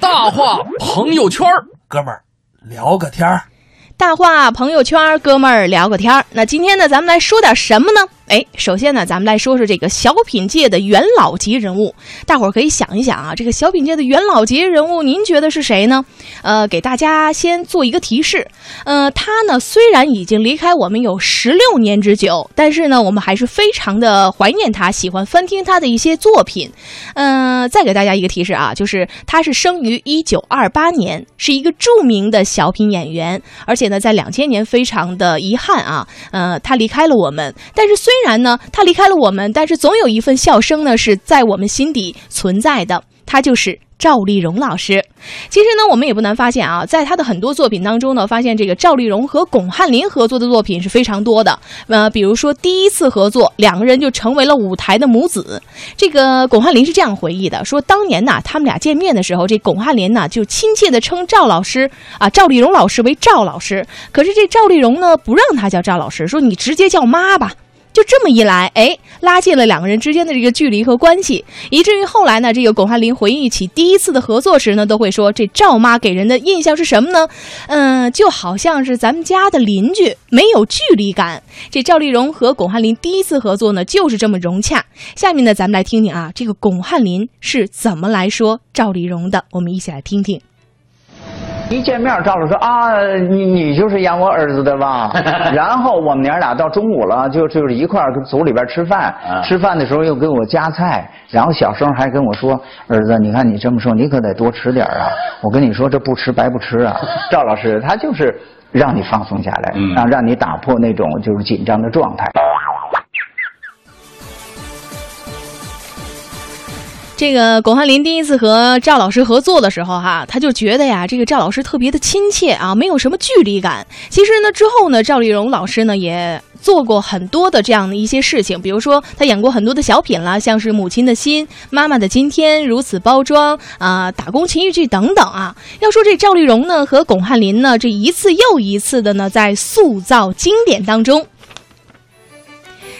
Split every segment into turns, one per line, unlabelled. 大话朋友圈儿
哥们儿聊个天儿。
大话啊朋友圈，哥们儿聊个天儿。那今天呢，咱们来说点什么呢？哎，首先呢，咱们来说说这个小品界的元老级人物。大伙儿可以想一想啊，这个小品界的元老级人物，您觉得是谁呢？呃，给大家先做一个提示，呃，他呢虽然已经离开我们有十六年之久，但是呢，我们还是非常的怀念他，喜欢翻听他的一些作品。嗯、再给大家一个提示啊，就是他是生于一九二八年，是一个著名的小品演员，而且呢，在两千年非常的遗憾啊，呃，他离开了我们。但是虽然呢，他离开了我们，但是总有一份笑声呢是在我们心底存在的，他就是赵丽蓉老师。其实呢，我们也不难发现啊，在他的很多作品当中呢，发现这个赵丽蓉和巩汉林合作的作品是非常多的。呃，比如说第一次合作，两个人就成为了舞台的母子。这个巩汉林是这样回忆的：说当年呐、他们俩见面的时候，这巩汉林呐、就亲切地称赵老师啊，赵丽蓉老师为赵老师。可是这赵丽蓉呢，不让他叫赵老师，说你直接叫妈吧。就这么一来，哎，拉近了两个人之间的这个距离和关系，以至于后来呢，这个巩汉林回忆起第一次的合作时呢，都会说这赵妈给人的印象是什么呢？嗯、就好像是咱们家的邻居，没有距离感。这赵丽蓉和巩汉林第一次合作呢，就是这么融洽。下面呢，咱们来听听啊，这个巩汉林是怎么来说赵丽蓉的，我们一起来听听。
一见面，赵老师啊，你你就是养我儿子的吧？然后我们娘俩到中午了，就就是一块儿跟组里边吃饭，吃饭的时候又给我夹菜，然后小声还跟我说：“儿子，你看你这么瘦，你可得多吃点儿啊！我跟你说，这不吃白不吃啊！”赵老师他就是让你放松下来，啊
嗯
让让你打破那种就是紧张的状态。
这个巩汉林第一次和赵老师合作的时候、哈，他就觉得呀，这个赵老师特别的亲切啊，没有什么距离感。其实呢，之后呢，赵丽蓉老师呢也做过很多的这样的一些事情，比如说她演过很多的小品啦，像是《母亲的心》《妈妈的今天》《如此包装》啊，《打工情欲剧》等等啊。要说这赵丽蓉呢和巩汉林呢，这一次又一次的呢在塑造经典当中。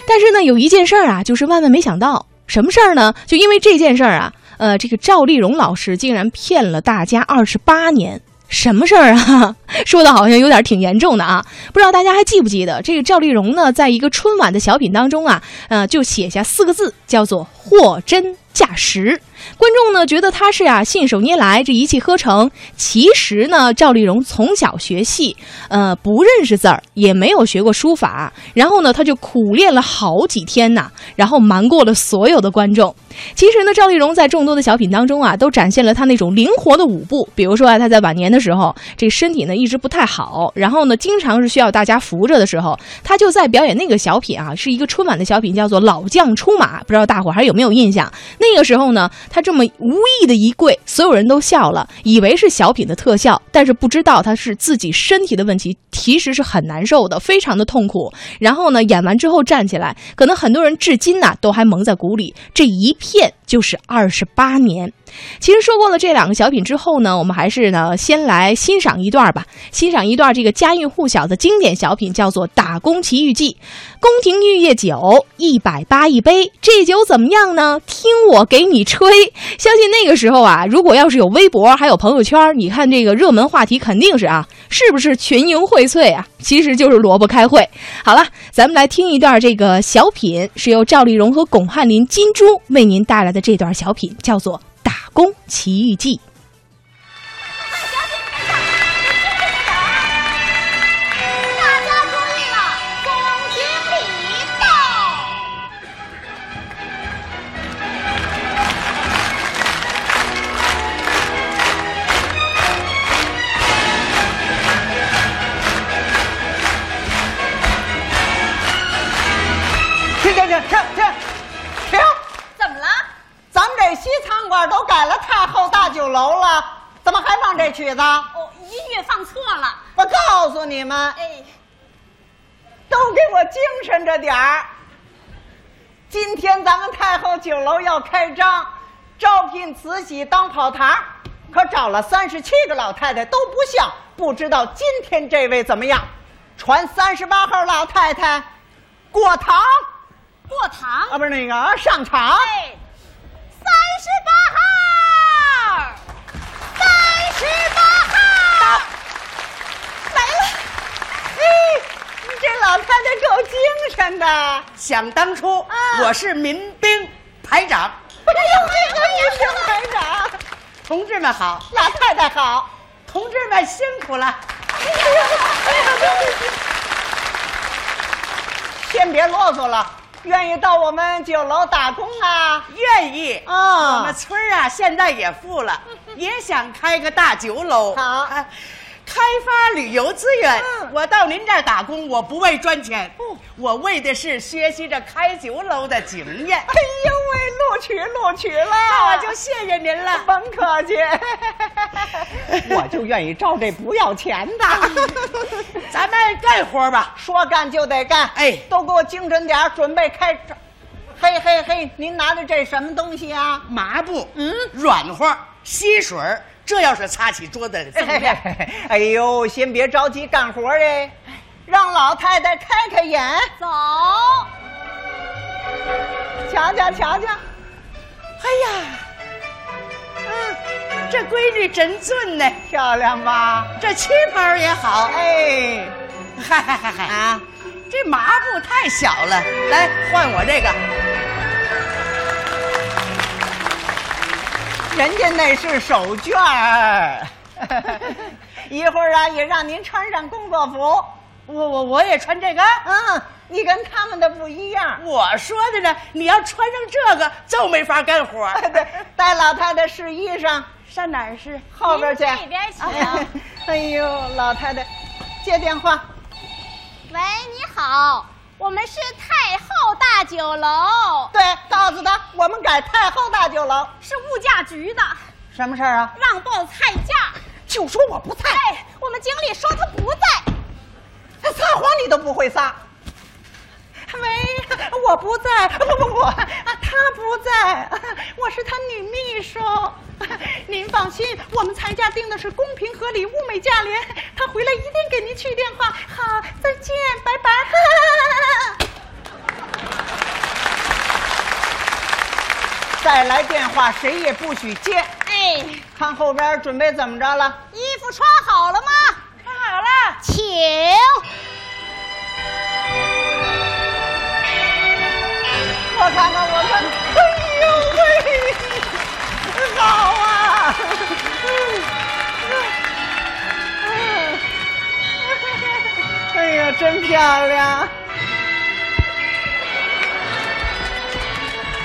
但是呢，有一件事儿啊，就是万万没想到，什么事儿呢？就因为这件事儿啊，呃，这个赵丽蓉老师竟然骗了大家二十八年。什么事儿啊？ 说的好像有点挺严重的啊！ 不知道大家还记不记得，这个赵丽蓉呢，在一个春晚的小品当中啊，呃，就写下四个字，叫做“货真价实”。观众呢觉得她是啊信手拈来，这一气呵成。其实呢，赵丽蓉从小学戏，呃，不认识字儿，也没有学过书法。然后呢，她就苦练了好几天呐、然后瞒过了所有的观众。其实呢，赵丽蓉在众多的小品当中啊，都展现了她那种灵活的舞步。比如说啊，她在晚年的时候，这身体呢一直不太好，然后呢，经常是需要大家扶着的时候，她就在表演那个小品啊，是一个春晚的小品，叫做《老将出马》，不知道大伙儿还有没有印象？那个时候呢，她这么无意的一跪，所有人都笑了，以为是小品的特效，但是不知道她是自己身体的问题，其实是很难受的，非常的痛苦。然后呢，演完之后站起来，可能很多人至今呐、都还蒙在鼓里，这一片就是二十八年。其实说过了这两个小品之后呢，我们还是呢先来欣赏一段吧，欣赏一段这个家喻户晓的经典小品，叫做《打工奇遇记》。宫廷玉液酒一百八一杯，这酒怎么样呢？听我给你吹。相信那个时候啊，如果要是有微博还有朋友圈，你看这个热门话题肯定是啊，是不是群英荟萃啊？其实就是萝卜开会。好了，咱们来听一段这个小品，是由赵丽蓉和巩汉林、金珠为您带来的这段小品，叫做《打工奇遇记》。
大家注意了，宫廷里到。
停停停停停停！
怎么了？哎咱们这西餐馆都改了太后大酒楼了，怎么还放这曲子？
哦，音乐放错了。
我告诉你们，
哎，
都给我精神着点儿。今天咱们太后酒楼要开张，招聘慈禧当跑堂儿，可找了三十七个老太太都不像，不知道今天这位怎么样？传三十八号老太太过堂
过堂。
啊，不是那个啊，上场。
哎，三十八号，三
们的
想当初，我是民兵排长，
啊哎呦，这个也是排长，
同志们好，
老太太好。哎
同志们辛苦了。
先别啰嗦了，愿意到我们酒楼打工啊？
愿意
啊
哦我们村儿啊现在也 富了，也想开个大酒楼。
好
啊开发旅游资源。
嗯
我到您这儿打工，我不为赚钱，我为的是学习着开酒楼的经验。
哎呦喂，录取录取了，
那我就谢谢您了。
甭客气， 我就愿意照这不要钱的。
咱们干活吧。
说干就得干，
哎
都给我精神点儿，准备开张。嘿嘿嘿，您拿的这什么东西啊？
麻布，嗯，软和，吸水儿，这要是擦起桌子的锃亮。
哎呦，先别着急干活儿哎，让老太太开开眼。走，瞧瞧瞧瞧，
哎呀，嗯，这闺女真俊呢，
漂亮吧？
这旗袍也好。
哎，
嗨嗨嗨嗨啊！这麻布太小了，来换我这个。
人家那是手绢儿。 一会儿啊，也让您穿上工作服。
我我我也穿这个。
嗯，你跟他们的不一样。
我说的呢，你要穿上这个，就没法干活。
对，带老太太试衣裳，
上哪儿是？
后边去。
您这边请
哎呦，老太太，接电话。
喂，你好，我们是太后大酒楼，
对，告诉他我们改太后大酒楼。
是物价局的，
什么事儿啊？
让报菜价。
就说我不菜，
哎，我们经理说他不在，
撒谎你都不会撒。没，我不在，不不不，啊，他不在，我是他女秘书。您放心，我们裁价定的是公平合理、物美价廉。他回来一定给您去电话。好，再见，拜拜。再来电话，谁也不许接。
哎，
看后边准备怎么着了？
衣服穿好了吗？
看好了。
请。
我看看，我看看，哎呦喂，好啊！哎呀，真漂亮！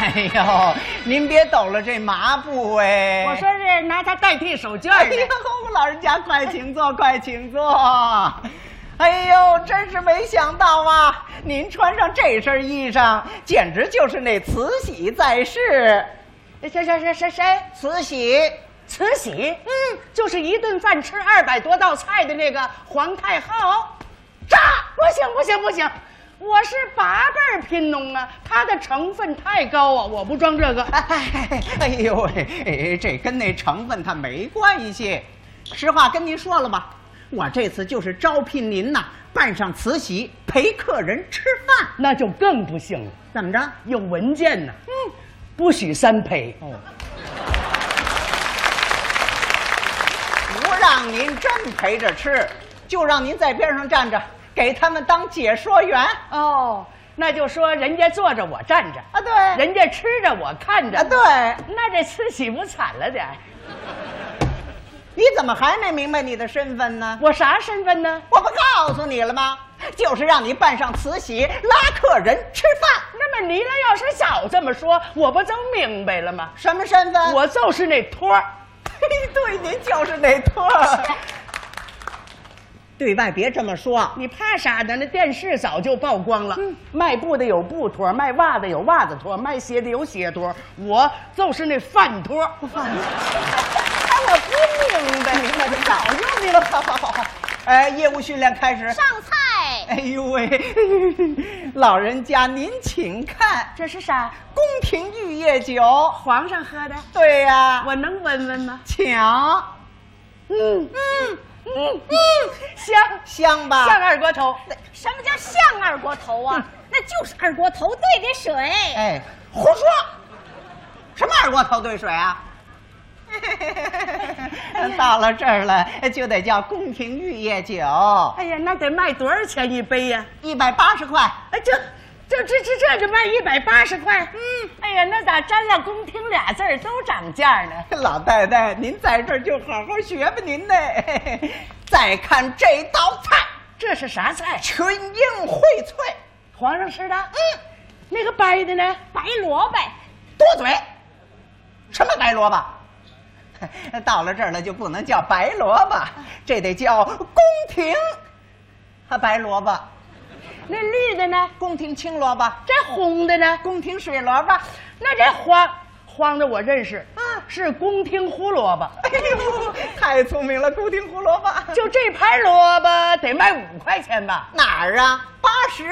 哎呦，您别抖了这麻布哎！
我说是拿它代替手绢
哎
儿
呦
呢。，
老人家快请坐，快请坐。哎呦，真是没想到啊！您穿上这身衣裳，简直就是那慈禧在世。
谁谁谁谁谁？
慈禧，
慈禧，嗯，就是一顿饭吃二百多道菜的那个皇太后。炸！不行不行不行，我是八辈儿贫农啊，它的成分太高啊，我不装这个。
哎哎呦喂、哎，这跟那成分它没关系。实话跟您说了吧，我这次就是招聘您呐，办上慈禧陪客人吃饭，
那就更不行了，
怎么着？
有文件呢、嗯，不许三陪。
不让您真陪着吃，就让您在边上站着，给他们当解说员啊！
哦，那就说人家坐着我站着，
对，人
人家吃着我看着，
啊，对，
那这慈禧不惨了点儿？
你怎么还没明白你的身份呢？
我啥身份呢？
我不告诉你了吗？就是让你办上慈禧，拉客人吃饭，
那么你了要是早这么说，我不就明白了吗？
什么身份？
我就是那托儿。
嘿，对，您就是那托 儿。对外别这么说，
你怕啥呢？那电视早就曝光了，
嗯
卖布的有布托，卖袜子有袜子托，卖鞋的有鞋托，我就是那饭托。
哎，我不明白，明白就早就明白。好好好 好，哎，业务训练开始。
上菜，
哎呦 喂，老人家您请看，
这是啥？
宫廷玉液酒。
皇上喝的，
对呀、
我能闻闻吗？
请，
嗯嗯嗯嗯，香
香吧？
像二锅头。
什么叫像二锅头啊？那就是二锅头兑的水。
嗯哎，胡说！什么二锅头兑水 啊？到了这儿了，就得叫宫廷玉液酒，
哎呀，那得卖多少钱一杯呀、
一百八十块。
哎，这这这这这就卖一百八十块，嗯，哎呀，那咋沾了宫廷俩字儿都涨价呢？
老太太，您在这儿就好好学吧您呢。 嘿嘿再看这道菜，
这是啥菜？
群英荟萃，
皇上吃的？嗯，那个掰的呢？
白萝卜，
多嘴。什么白萝卜？ 到了这儿了就不能叫白萝卜，这得叫宫廷啊白萝卜，
那绿的呢？
宫廷青萝卜，
这红的呢？
宫廷水萝卜。
那这黄黄的我认识，
嗯
是宫廷胡萝卜，
哎呦，太聪明了，宫廷胡萝卜。
就这盘萝卜得卖五块钱吧？
哪儿啊？八 十。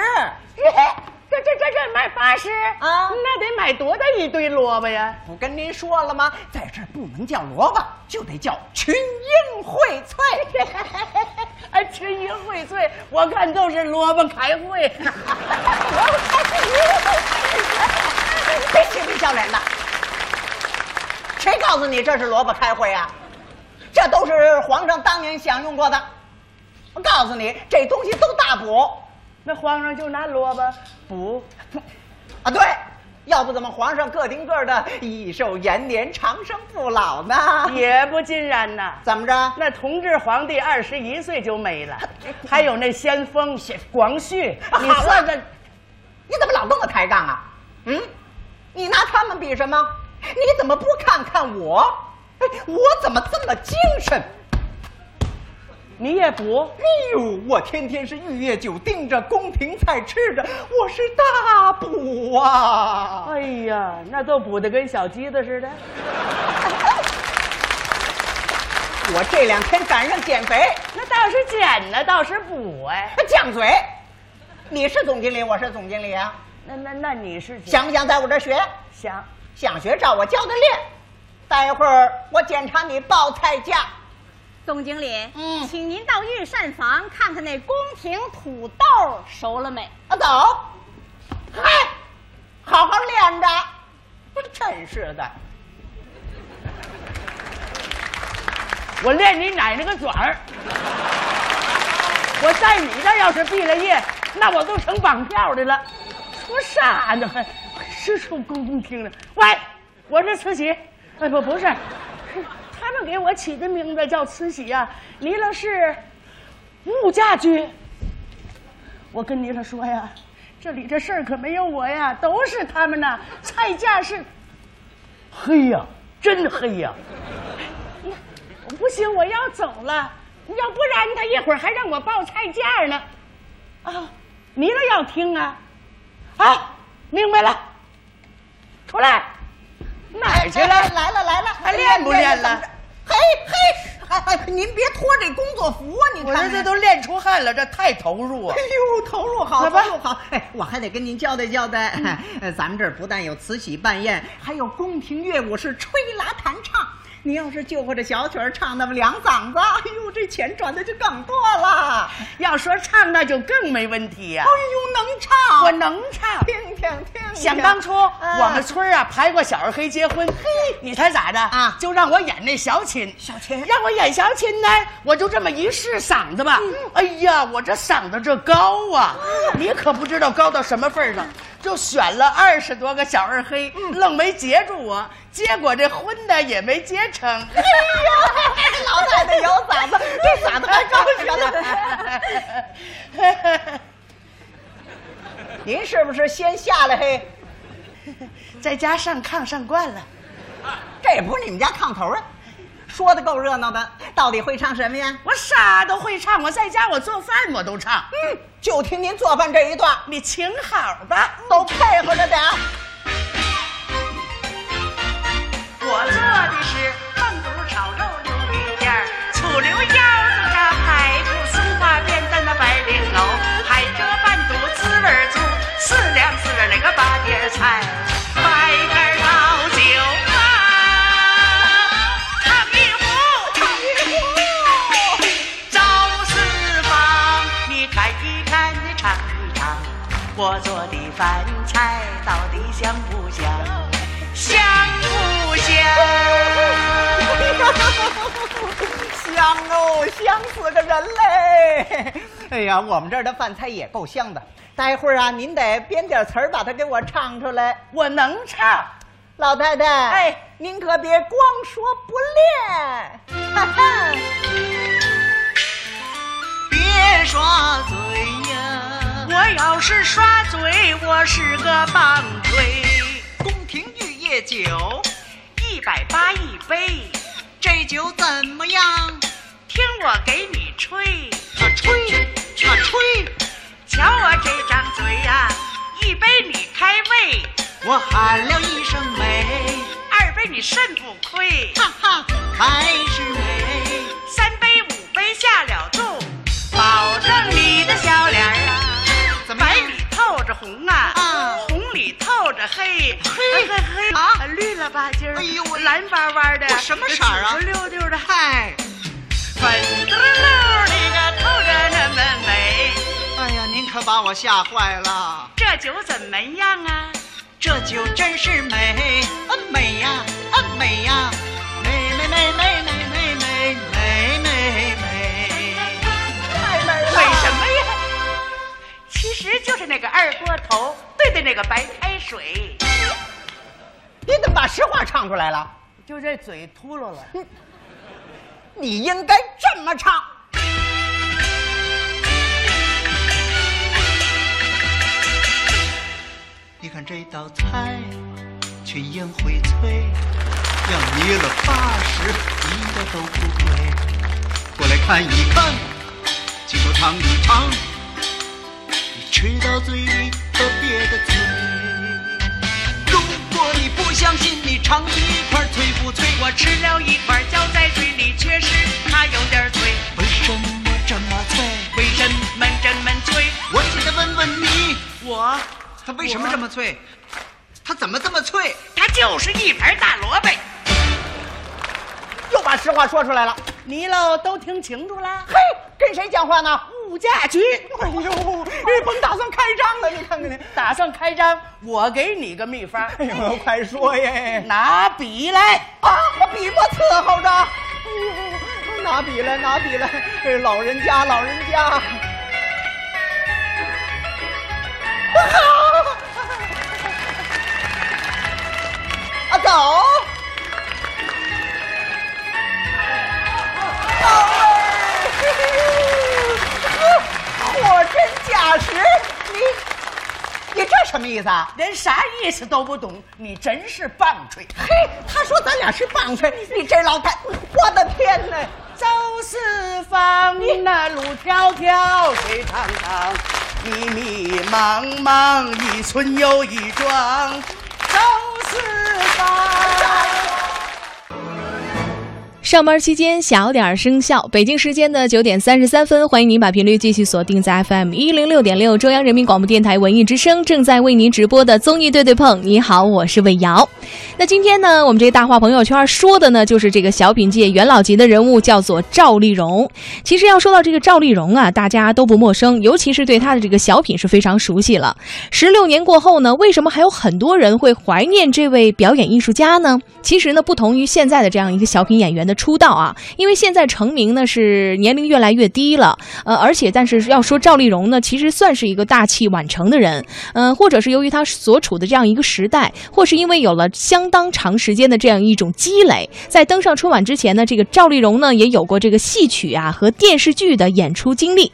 这这这这卖八十
啊
那得买多大一堆萝卜呀？
不跟您说了吗？在这儿不能叫萝卜，就得叫群英荟萃。
哎，群英荟萃，我看都是萝卜开 会。
别嬉皮笑脸的，谁告诉你这是萝卜开会啊？这都是皇上当年享用过的。我告诉你，这东西都大补
那皇上就拿萝卜补，
啊！对，要不怎么皇上个顶个的益寿延年、长生不老呢？
也不尽然呐。
怎么着？
那同治皇帝二十一岁就没了，还有那先锋广旭， 你
好啊
算
了
算，
你怎么老跟我抬杠啊？嗯，你拿他们比什么？你怎么不看看我？哎我怎么这么精神？
你也补？
哎呦，我天天是玉液酒盯着，宫廷菜吃着，我是大补啊！
哎呀，那都补的跟小鸡子似的。
我这两天赶上减肥，
那倒是减呢，倒是补哎。
犟嘴。你是总经理，我是总经理啊，
那那那你是减
想不想在我这儿学？
想
想学，照我教的练。待会儿我检查你报菜价。
总经理，嗯，请您到御膳房看看那宫廷土豆熟了没？
啊，走，嗨，好好练着，真是的，
我练你奶奶个卷儿。我在你这儿要是毕了业，那我都成绑票的了。我傻呢，还是受公公听了。喂，我是慈禧，哎不不是，是他们给我起的名字叫慈禧呀、弥勒是物价居。我跟弥勒说呀，这里这事儿可没有我呀，都是他们呐。菜价是黑呀、真黑呀、不行，我要走了，要不然他一会儿还让我报菜价呢。啊，弥勒要听啊！啊，明白了，出来，哪儿去了？
哎来了来了，
还练不练了？
嘿嘿，哎哎，您别脱这工作服啊！你
我
看
这
看
这都练出汗了，这太投入啊
哎！呦，投入好，
来
投
吧
入好！哎，我还得跟您交代交代，呃咱们这儿不但有慈禧办宴，还有宫廷乐舞是吹拉弹唱。您要是就会这小曲儿，唱那么两嗓子，哎呦，这钱赚的就更多了。
要说唱，那就更没问题呀、
哦
哎呦，能唱！
我能唱。
听听听。
想当初
啊
我们村儿啊排过小二黑结婚，你猜咋的
啊
就让我演那小琴，
小琴
让我演小琴呢，我就这么一试嗓子吧，哎呀，我这嗓子这高啊，你可不知道高到什么份儿上。就选了二十多个小二黑，愣没截住我，结果这婚呢也没结成。
老太太有嗓子， 这嗓子还高着呢。您是不是先下来嘿？
在家上炕上惯了，
这也不是你们家炕头啊！说的够热闹的，到底会唱什么呀？
我啥都会唱，我在家我做饭我都唱，
嗯，就听您做饭这一段，
你请好吧。
都配合着点儿。
我做的是棒骨炒肉溜冰燕儿，醋溜腰子炸排骨，松花扁担那白绫楼，海蜇拌肚滋味儿足，四两四两那个八碟儿菜，白干老酒啊，烫一壶，烫一壶，赵四方，你看一看，你尝一尝，我做的饭菜到底香不香？香不香？
香哦，香死个人嘞！哎呀，我们这儿的饭菜也够香的，待会儿啊，您得编点词儿把它给我唱出来。
我能唱。
老太太，
哎，
您可别光说不练。 哈哈
别耍嘴呀！我要是耍嘴，我是个棒槌。宫廷玉液酒，一百八一杯，这酒怎么样？听我给你吹，啊吹啊吹！瞧我这张嘴呀、一杯你开胃，我喊了一声美，二杯你肾不亏，哈哈，还是美。三杯五杯下了肚，保证你的小脸儿啊，白里透着红啊，红里透着黑，嘿嘿嘿啊，绿了吧唧儿，哎呦，蓝巴巴的，什么色儿啊？溜溜的，嗨。粉嘟噜的个透着那么美。哎呀，您可把我吓坏了。这酒怎么样啊？这酒真是美，啊美呀，啊美呀，美美美美美美美美美美。
太美了！
美什么呀？ 其实就是那个二锅头兑的那个白开水。
你怎么把实话唱出来了？
就这嘴秃噜了。
你应该这么唱。
你看这道菜，群英荟萃，要你了八十一个都不贵。过来看一看，几口尝一尝，你吃到嘴里特别的脆。如果你不相信，你尝一块脆不脆？我吃了一块，嚼在嘴里，确实它有点脆。为什么这么脆？为什么这么脆？我现在问问你，我。它为什么这么脆？它怎么这么脆？它就是一盘大萝卜。
又把实话说出来了。
你喽都听清楚了，
嘿，跟谁讲话呢？
物价局
哎呦，哎甭打算开张了，你看看你。
打算开张，我给你个秘方，
哎呦，快说耶！
拿笔来。
啊，我笔墨伺候着。哎呦，拿笔来，拿笔来。哎，老人家，老人家。啊阿狗，狗儿， 货真价实，你你这什么意思啊？
人啥意思都不懂，你真是棒槌！
嘿，他说咱俩是棒槌，你这老太，我的天哪！
走四方，那路迢迢，水长长，迷迷茫茫，一村又一庄，走四方。
上班期间小点儿生效。北京时间的九点三十三分，欢迎您把频率继续锁定在 FM 一零六点六，中央人民广播电台文艺之声正在为您直播的综艺对对碰。你好，我是魏瑶。那今天呢，我们这大话朋友圈说的呢，就是这个小品界元老级的人物，叫做赵丽蓉。其实要说到这个赵丽蓉啊，大家都不陌生，尤其是对她的这个小品是非常熟悉了。十六年过后呢，为什么还有很多人会怀念这位表演艺术家呢？其实呢，不同于现在的这样一个小品演员的出道啊，因为现在成名呢是年龄越来越低了，呃，而且但是要说赵丽蓉呢，其实算是一个大器晚成的人，嗯、或者是由于她所处的这样一个时代，或是因为有了相当长时间的这样一种积累，在登上春晚之前呢，这个赵丽蓉呢也有过这个戏曲啊和电视剧的演出经历，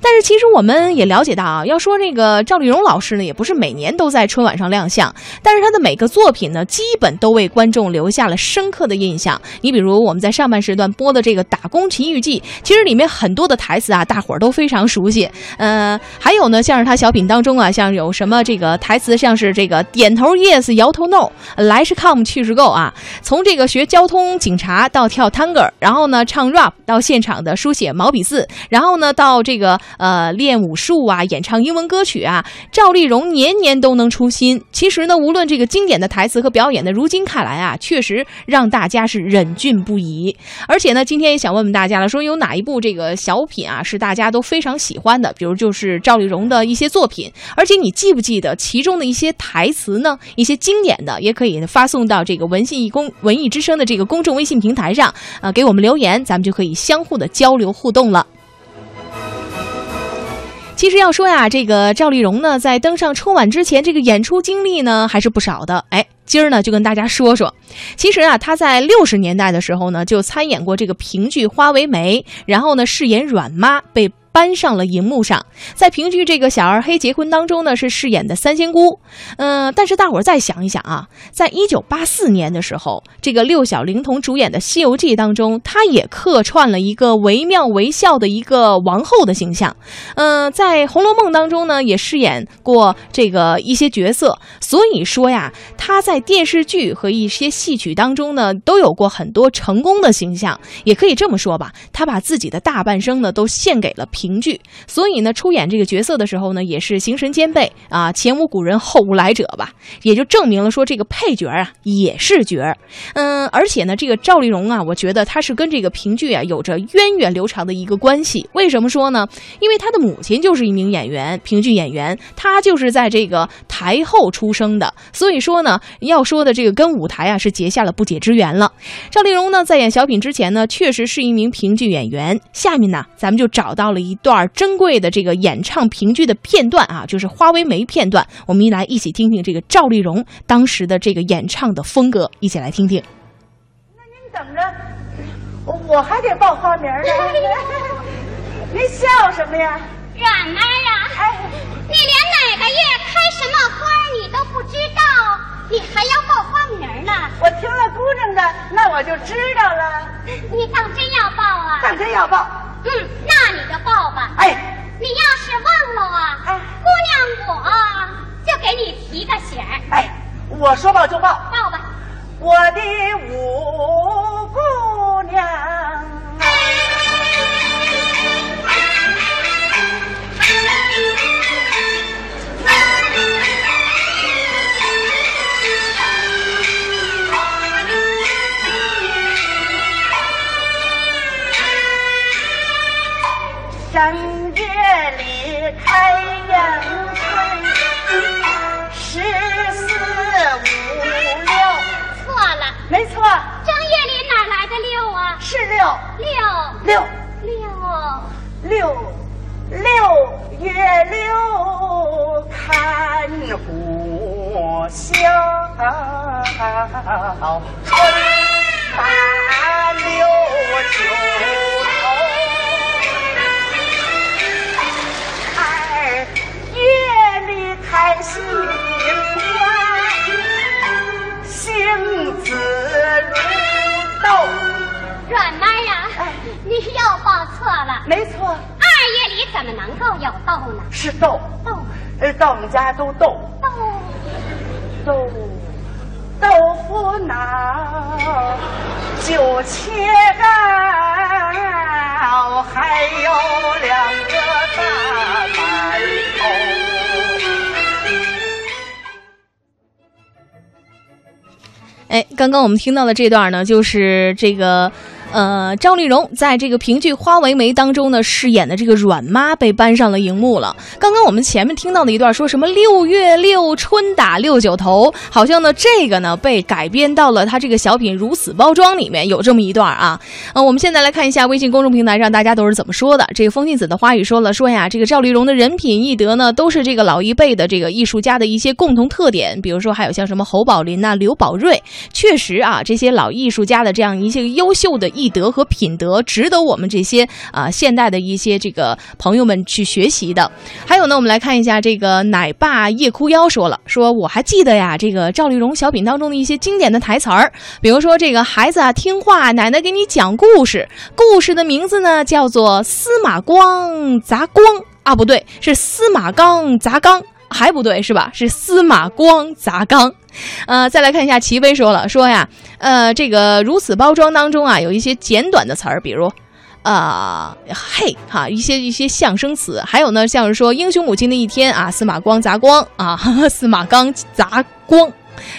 但是其实我们也了解到啊，要说这个赵丽蓉老师呢，也不是每年都在春晚上亮相，但是她的每个作品呢，基本都为观众留下了深刻的印象。你比如我们在上半时段播的这个《打工奇遇记》，其实里面很多的台词啊，大伙儿都非常熟悉。呃，还有呢，像是她小品当中啊，像有什么这个台词，像是这个点头 yes，摇头 no，来是 come 去是 go 啊，从这个学交通警察到跳探戈儿，然后呢唱 rap 到现场的书写毛笔字，然后呢到这个呃练武术啊，演唱英文歌曲啊，赵丽蓉年年都能出新。其实呢，无论这个经典的台词和表演呢，如今看来啊，确实让大家是忍俊不已。而且呢，今天也想问问大家了，说有哪一部这个小品啊是大家都非常喜欢的？比如就是赵丽蓉的一些作品，而且你记不记得其中的一些台词呢？一些经典的也可以发送到这个文信一公文艺之声的这个公众微信平台上啊、给我们留言，咱们就可以相互的交流互动了。其实要说呀，这个赵丽蓉呢，在登上春晚之前，这个演出经历呢还是不少的。哎，今儿呢就跟大家说说，其实啊，她在六十年代的时候呢，就参演过这个评剧《花为媒》，然后呢饰演阮妈被。搬上了荧幕上，在评剧这个《小二黑结婚》当中呢，是饰演的三仙姑。嗯、但是大伙儿再想一想啊，在一九八四年的时候，这个六小龄童主演的《西游记》当中，她也客串了一个惟妙惟肖的一个王后的形象。嗯、在《红楼梦》当中呢，也饰演过这个一些角色。所以说呀，她在电视剧和一些戏曲当中呢，都有过很多成功的形象。也可以这么说吧，她把自己的大半生呢都献给了评剧，所以呢，出演这个角色的时候呢，也是形神兼备啊，前无古人后无来者吧，也就证明了说这个配角啊也是角儿。嗯，而且呢，这个赵丽蓉啊，我觉得她是跟这个评剧啊有着源远流长的一个关系。为什么说呢？因为她的母亲就是一名演员，评剧演员，她就是在这个台后出生的，所以说呢，要说的这个跟舞台啊是结下了不解之缘了。赵丽蓉呢，在演小品之前呢，确实是一名评剧演员。下面呢，咱们就找到了一段珍贵的这个演唱评剧的片段啊，就是《花为媒》片段，我们一来一起听听这个赵丽蓉当时的这个演唱的风格，一起来听听。
您等着，我还得报花名呢。您笑什么呀？
阮妈呀，你连哪个月开什么花你都不知道，你还要报花名呢？
我听了姑娘的，那我就知道了。
你当真要报啊？
当真要报？
嗯，那你就报吧。
哎，
你要是忘了啊，
哎
姑娘我就给你提个醒儿，
哎，我说报就报。
报吧。
我的五姑娘，三月里开阳春，十四五六，
错了，
没错，
正月里哪来的六啊？
是六
六
六
六。
六六月六看火笑，春打六九头，二月里开杏花，杏子如豆。
阮妈呀，哎你又报错了。
没错，
二月里怎么能够有豆呢？
是豆，
豆
呃，到我们家都豆
豆
豆豆腐脑，九切糕，还有两个大白头。
哎，刚刚我们听到的这段呢，就是这个。呃，赵丽蓉在这个评剧《花为媒》当中呢，饰演的这个阮妈被搬上了荧幕了。刚刚我们前面听到的一段说什么“六月六，春打六九头”，好像呢这个呢被改编到了她这个小品《如此包装》里面有这么一段啊。呃，我们现在来看一下微信公众平台上大家都是怎么说的。这个风信子的花语说了，说呀，这个赵丽蓉的人品艺德呢，都是这个老一辈的这个艺术家的一些共同特点，比如说还有像什么侯宝林呐、刘宝瑞，确实啊，这些老艺术家的这样一些优秀的艺德和品德，值得我们这些啊、现代的一些这个朋友们去学习的。还有呢，我们来看一下这个奶爸夜哭妖说了，说我还记得呀，这个赵丽蓉小品当中的一些经典的台词儿，比如说这个孩子啊听话，奶奶给你讲故事，故事的名字呢叫做《司马光砸光》啊，不对，是司马刚砸缸。还不对是吧？是司马光砸缸。 呃，再来看一下齐飞说了，说呀，呃，这个如此包装当中啊，有一些简短的词儿，比如。啊、嘿哈，一些一些象声词，还有 呢，像是说“英雄母亲的一天”啊，“司马光砸光”啊，“司马刚砸光”，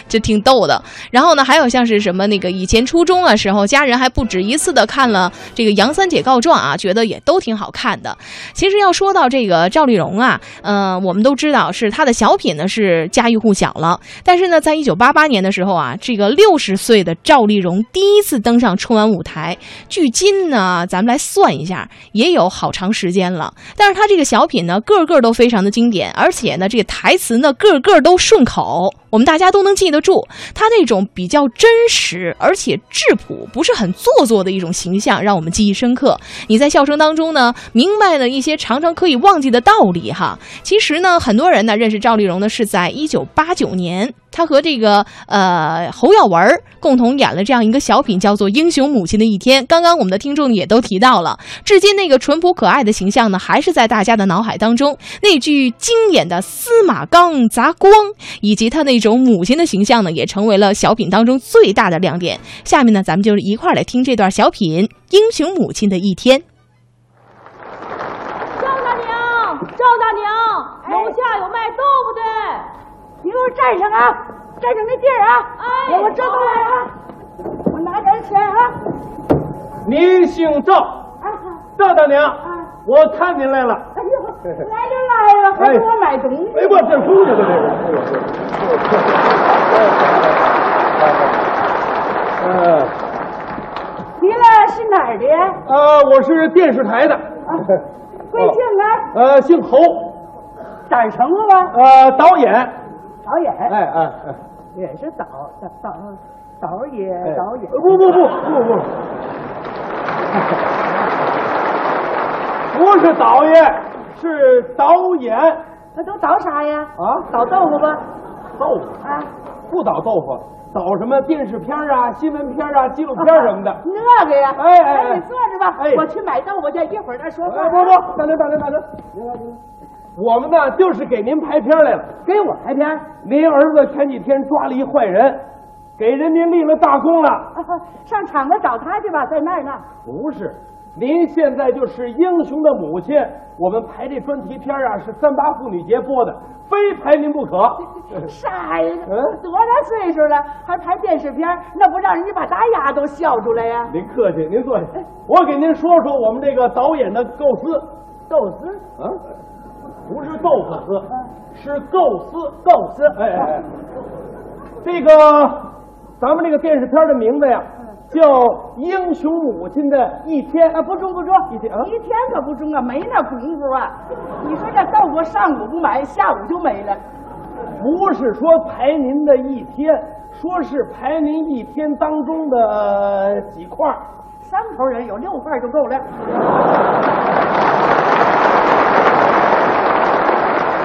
这挺逗的。然后呢，还有像是什么那个以前初中啊时候，家人还不止一次的看了这个《杨三姐告状》啊，觉得也都挺好看的。其实要说到这个赵丽蓉啊，嗯、我们都知道是她的小品呢是家喻户晓了，但是呢，在一九八八年的时候啊，这个六十岁的赵丽蓉第一次登上春晚舞台，距今呢，咱们来算一下，也有好长时间了。但是她这个小品呢，个个都非常的经典，而且呢，这个台词呢，个个都顺口，我们大家都能记得住。她那种比较真实，而且质朴，不是很做作的一种形象，让我们记忆深刻。你在笑声当中呢，明白了一些常常可以忘记的道理哈。其实呢，很多人呢认识赵丽蓉呢是在一九八九年，她和这个呃侯耀文儿共同演了这样一个小品，叫做《英雄母亲的一天》。刚刚我们的听众也都提到了，至今那个淳朴可爱的形象呢，还是在大家的脑海当中。那句经典的“司马刚砸光”，以及她那种母亲的形象呢，也成为了小品当中最大的亮点。下面呢，咱们就一块儿来听这段小品《英雄母亲的一天》。
赵大娘，赵大娘，楼下有卖豆腐的，
你给我站上啊，站上那地儿啊！
哎
我这过来啊，我拿点钱啊！
您姓赵，
啊，
赵大娘，我看您来了。
哎呦， 来就来
哎
了，还给我买东西。
哎，我这疯子的这个。呃
你俩是哪儿的？
啊，我是电视 台的，
贵姓啊？
呃，姓侯，
长什么了？
呃，导演。
导演。
哎哎哎，
也是导导导导
哎
演导演。
不不不不不，不是导演，是导演
那都导啥呀？
啊，
啊导豆腐吧。
豆腐
啊，
不导豆腐，导什么电视片啊、新闻片啊、纪录片什么的。
那个呀。
哎哎哎
你坐着吧
哎，
我去买豆腐去，一会儿再说话
哎，。不不，大哥大哥大哥，我们呢就是给您拍片来了。
给我拍片。
您儿子前几天抓了一坏人，给人家立了大功了。
啊上厂子找他去吧，在那儿呢。
不是，您现在就是英雄的母亲。我们排这专题片啊，是三八妇女节播的，非排您不可。
啥呀？
嗯
多大岁数了，还拍电视片儿，那不让人家把大牙都笑出来呀、
您客气，您坐下，我给您说说我们这个导演的构思。
构思
啊，不是豆腐丝，是构思，构思。哎哎哎，这个咱们这个电视片的名字呀，叫《英雄母亲的一天》嗯啊，不中不中，一天啊，
一天可不中啊，没那功夫啊。你说这豆腐上午不买，下午就没了。
不是说排您的一天，说是排您一天当中的呃几块儿。
三口人有六块就够了。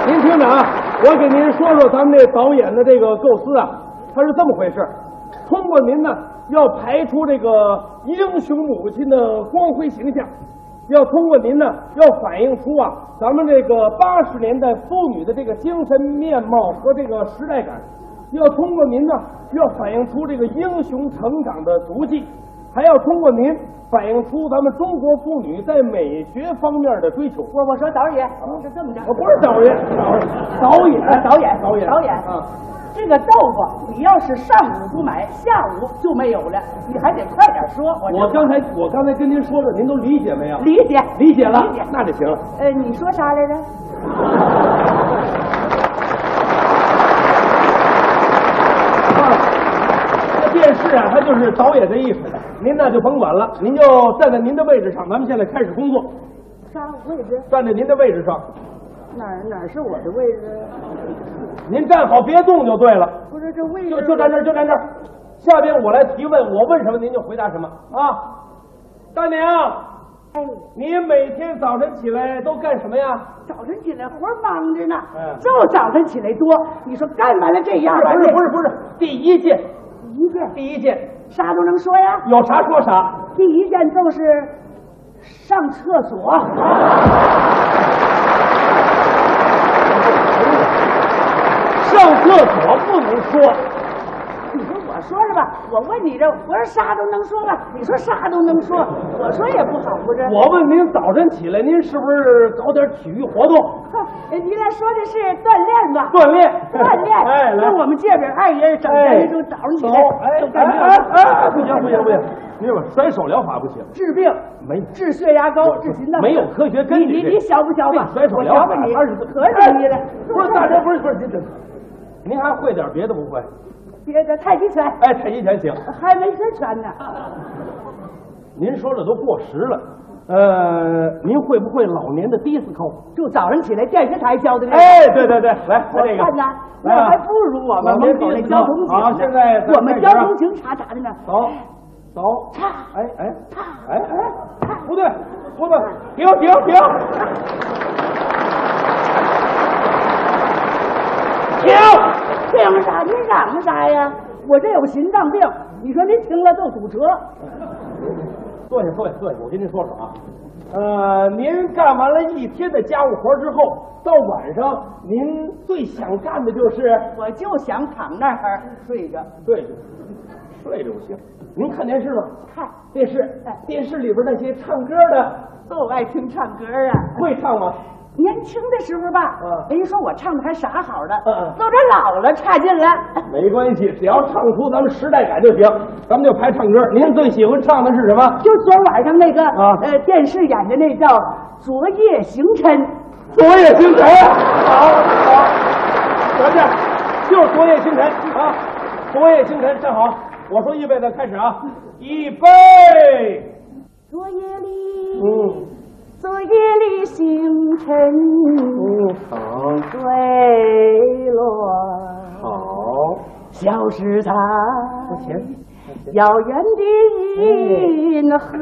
您听着啊，我给您说说咱们这导演的这个构思啊，他是这么回事儿：通过您呢，要排出这个英雄母亲的光辉形象，要通过您呢，要反映出啊咱们这个八十年代妇女的这个精神面貌和这个时代感，要通过您呢，要反映出这个英雄成长的足迹，还要通过您反映出咱们中国妇女在美学方面的追求。
我我说导演，就这么着。
我不是导演，导演，
导演，
导演，
导演
啊！
这个豆腐，你要是上午不买，下午就没有了，你还得快点说。我
我
这
刚才我刚才跟您说的，您都理解没有？
理解
理解了
理解，
那就行。
呃，你说啥来着？
这电视 啊，它就是导演的意思。您那就甭管了，您就站在您的位置上，咱们现在开始工作。
啥位置？
站在您的位置上，
哪儿哪儿是我的位置？
您站好别动就对了。
不是这位置
就就站这儿，就站这儿。下边我来提问，我问什么您就回答什么啊。大娘，
哎，
您每天早晨起来都干什么呀？
早晨起来活忙着呢，
嗯
就早晨起来多。你说干完了这样，
不是不是
是，
不是，第一件，
第一件
第一件，
啥都能说呀。
有啥说啥。
第一件就是上厕所，
上厕所不能说，
你说我我说说吧，我问你这，我说啥都能说吧，你说啥都能说，我说也不好，不是？
我问您早晨起来，您是不是搞点体育 活动？
哎您来说的是锻炼吧？
锻炼
锻炼。
哎来
那我们这边二爷整
哎
天就早上起来，
哎
就干这
哎哎哎，不行不行不 行，您吧，甩手疗法不行，
治病
没
治血压高，治心脏
没有科学根据
你
这
你你小不小吧？
甩手
我
疗
瞧
法
瞧你，
二十四
合着你了。
不是大家不是不是您这，您还会点别的不会？
别的太极拳，
哎，太极拳行。
还没学全呢。
您说这都过时了。呃，您会不会老年的 disco？
就早上起来电视台教的那个。
哎，对对对，来，啊
我
这个
看呐，那还不如我们门口那交通警
好
呢。
现在咱
我们
开始
交
啊
通警察咋的呢？
走，走，哎哎，哎哎，不对，不对，停停停，停，
病啥？您嚷嚷啥呀？啊我这有心脏病，你说您听了就堵车。
坐下坐下坐下，我跟您说说啊。呃，您干完了一天的家务活之后，到晚上您最想干的就是
我就想躺那儿睡着。
睡着，睡着不行。您看电视吗？
看
电视
哎，
电视里边那些唱歌的
都爱听唱歌啊。
会唱吗？
年轻的时候吧，人家说我唱的还啥好的，
嗯嗯
到这老了差劲了。
没关系，只要唱出咱们时代感就行。咱们就排唱歌，您最喜欢唱的是什么？
就昨晚上那个、
啊
呃电视演的那叫《昨夜行嗔》，
昨夜星辰。好，好，咱这就是昨夜星辰啊！昨夜星辰，站好。我说预备的开始啊！预备，
昨夜里，
嗯，
昨夜里星辰
好，
坠落，
好，
消失在
不行。
遥远的
嗯
银河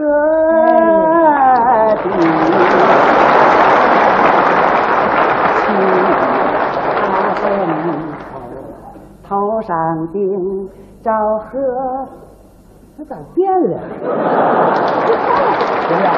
底。青草红头上顶着河，它咋变了？
怎么样？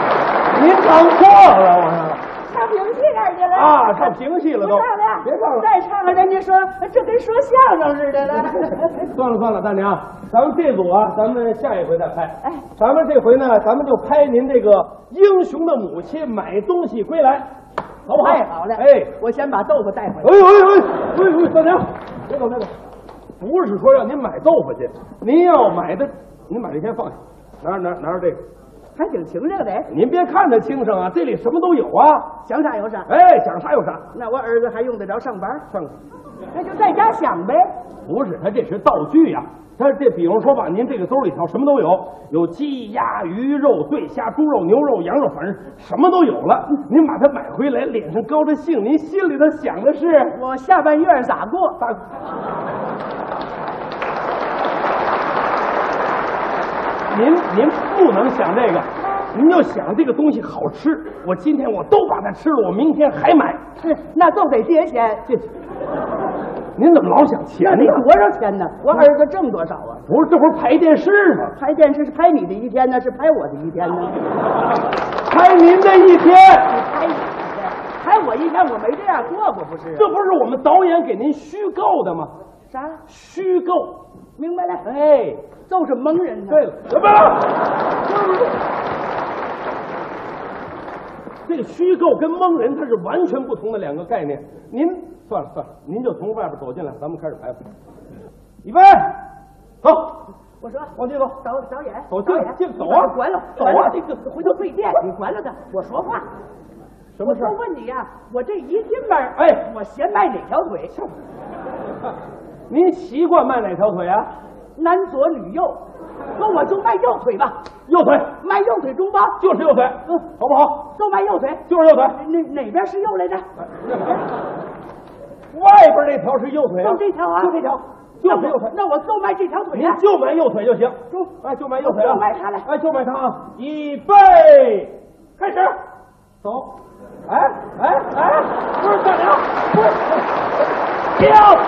您唱错了，我说。
唱评戏那儿去了
啊唱评戏了都
不唱了，
别唱了
再唱了，人家说这跟说相声似的了。
算了算了，大娘，咱们这组啊，咱们下一回再拍。
哎
咱们这回呢，咱们就拍您这个英雄的母亲买东西归来，好不好？
太好了，
哎，
我先把豆腐带回来
哎。呦哎呦哎呦哎呦，大娘，别走别走，不是说让您买豆腐去，您要买的，您把这先放下，拿着拿着拿着这个，
还挺勤这的，
您别看它轻省啊，这里什么都有啊。
想啥有啥。
哎，想啥有啥，
那我儿子还用得着上班？
上去。
那就在家想呗。
不是，它这是道具呀、它这比方说吧，您这个兜里头什么都有，有鸡、鸭、鱼肉、醉虾、猪肉、牛肉、羊肉，反正什么都有了。您把它买回来，脸上高着兴，您心里头想的是
我下半月咋过？
大。您您不能想这个，您就想这个东西好吃。我今天我都把它吃了，我明天还买。
是，那就得借钱，
这您怎么老想钱
那得
呢？
多少钱呢？我儿子挣多少啊？
不是，这不是排电视吗？
拍电视是拍你的一天呢，是拍我的一天呢？
拍您的一天，
拍你的，拍我一天，我没这样过过，不是？
这不是我们导演给您虚构的吗？
啥？
虚构。
明白了，
哎，
就是蒙人呢。
对了，什么？这个虚构跟蒙人它是完全不同的两个概念。您算了算了，您就从外边走进来，咱们开始排吧。预备，走，
我说
往这走。
导导演，
走
导
进
演，
进
你
走
把
啊
我管了，
走
管了
啊
这个回头费电，你管了他，我说话。
什
我
么事
就
儿？
问你呀、我这一进门，
哎
我先迈哪条腿？
您习惯迈哪条腿啊？
男左女右，那我就迈右腿吧，
右腿，
迈右腿中吧，
就是右腿，
嗯
好不好？
都迈右腿。
就是右腿。
哪哪边是右来着？
外边那条是右腿啊，
就这条啊，
就这条，就是右腿。
那我就迈这条腿
您
啊。
就买右腿就行，
中
哎，就买右腿啊，
就买它了
哎，就买它啊！预备，开始，走，哎哎哎，不是大娘，不是，停！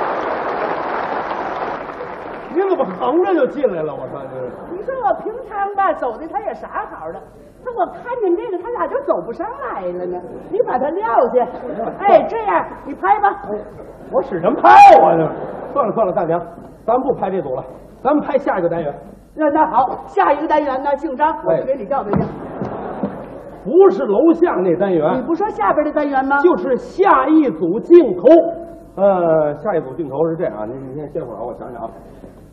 您怎么横着就进来了？我说这是，
你说我平常吧走的他也啥好的，他我看见这个他咋就走不上来了呢？你把他撂下，哎，这样你拍吧。
啊我使什么拍我呢？算了算了，大娘，咱不拍这组了，咱们拍下一个单元。
那那好，下一个单元呢？姓张，我
哎
去给你叫他去。
不是楼下那单元，
你不说下边的单元吗？
就是下一组镜头。呃，下一组镜头是这样啊，您您先歇会儿啊，我想想啊。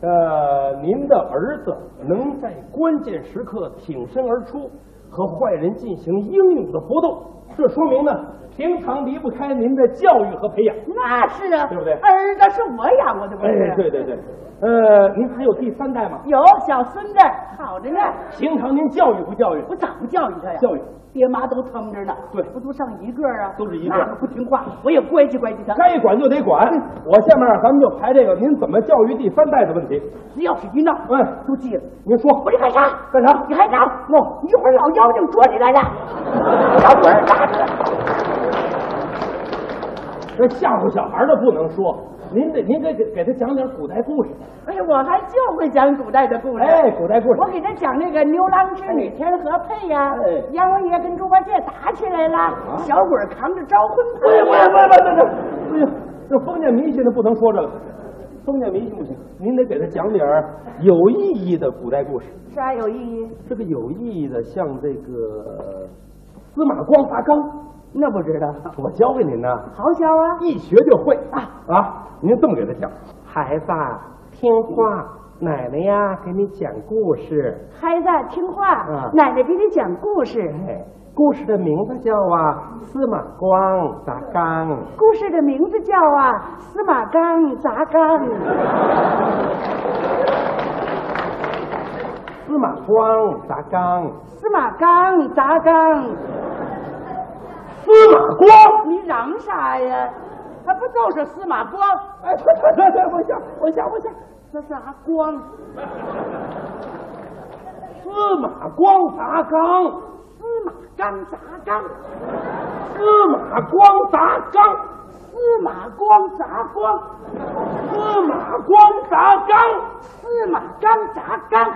呃，您的儿子能在关键时刻挺身而出，和坏人进行英勇的搏斗，这说明呢，平常离不开您的教育和培养。
那是啊，
对不对
儿子是我养活的，不是？啊
哎，对对对。呃，您还有第三代吗？
有小孙子，好着呢。
平常您教育不教育？
我咋不教育他呀？
教育，
爹妈都疼着呢。
对
不都上一个啊？
都是一个
那不听话，我也乖叽乖叽他。
该管就得管。我下面咱们就排这个您怎么教育第三代的问题。
只要是一闹，
嗯，
都急了。
您说
我这干啥？
干啥？嗯
你还闹？弄，一会儿老妖精捉起 来了。小鬼儿打起来。
这吓唬小孩的不能说，您得您得给给他讲点古代故事。
哎呀，我还就会讲古代的故事。
哎，古代故事
我。给他讲那个牛郎织女天河配呀、
哎
阎王爷跟猪八戒打起来了，小鬼儿扛着招魂
不
幡
行
呀。
不行不行不行不行，这封建迷信的不能说这个，封建迷信不行，您得给他讲点儿有意义的古代故事。
啥有意义？
这个有意义的，像这个司马光砸缸，
那不知道，
我教给您呢，
好小啊！
一学就会啊啊！您这么给他讲，孩子啊听话，奶奶呀给你讲故事。
孩子听话、
啊
奶奶给你讲故事。
哎，故事的名字叫啊司马光砸缸。
故事的名字叫啊《司马刚砸缸》。
司马光砸缸，
司马刚砸缸，
司马光。
你嚷啥呀？他不就是司马光？
哎，对对对对，我想，我想，我想，
这是啊光？
司马光砸缸，
司马刚砸缸，
司马光砸缸，
司马光砸光，
司马光砸缸，
司马刚砸缸。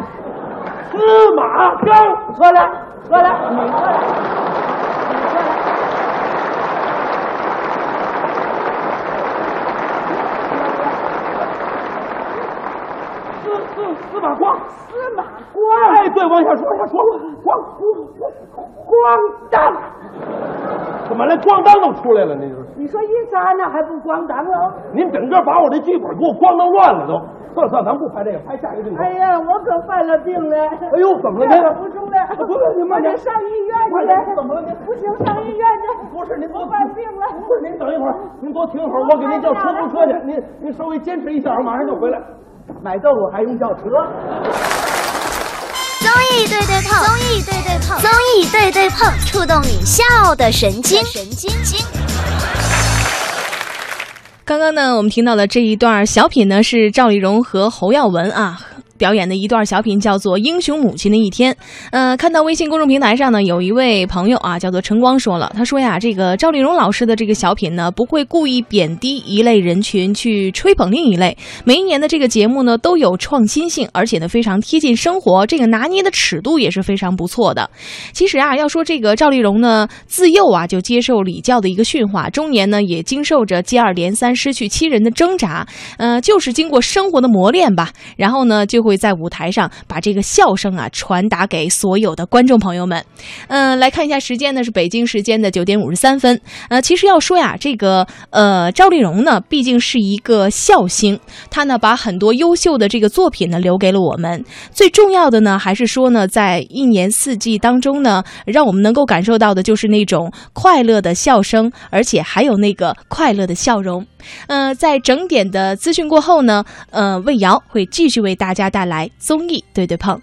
司马缸。
喝了，喝了，你喝了，你喝了。
司司司马光，
司马
光。哎，对，往下说，往下说，光
光当，
怎么连咣当都出来了？那就是
你说一扎那还不光当喽？
您整个把我这剧本给我咣当乱了都。算了算了，咱不拍这个，拍下一个镜头。
哎呀，我可犯了病了！
哎呦怎么了
这可不中了，
不是您
我
慢点
得上医院去
慢哎点怎么了您
不行，上医院去。
不是您
我
多
犯病了。
不是您等一会儿，您多停会儿，我给您叫出租车去。您您稍微坚持一下，我马上就回来。
买豆腐还用叫车？
综艺对对碰，综艺对对碰，综艺对对碰，触动你笑的神经，神经经。
刚刚呢，我们听到的这一段小品呢，是赵丽蓉和侯耀文啊表演的一段小品，叫做《英雄母亲的一天》。呃，看到微信公众平台上呢，有一位朋友啊，叫做晨光说了，他说呀，这个赵丽蓉老师的这个小品呢，不会故意贬低一类人群去吹捧另一类，每一年的这个节目呢都有创新性，而且呢非常贴近生活，这个拿捏的尺度也是非常不错的。其实啊，要说这个赵丽蓉呢，自幼啊就接受礼教的一个驯化，中年呢也经受着接二连三失去亲人的挣扎，呃，就是经过生活的磨练吧，然后呢就会在舞台上把这个笑声啊传达给所有的观众朋友们。嗯、来看一下时间呢，是北京时间的九点五十三分。呃，其实要说呀，这个呃赵丽蓉呢，毕竟是一个笑星，她呢把很多优秀的这个作品呢留给了我们。最重要的呢，还是说呢，在一年四季当中呢，让我们能够感受到的就是那种快乐的笑声，而且还有那个快乐的笑容。呃，在整点的资讯过后呢，呃，魏瑶会继续为大家带来综艺对对碰。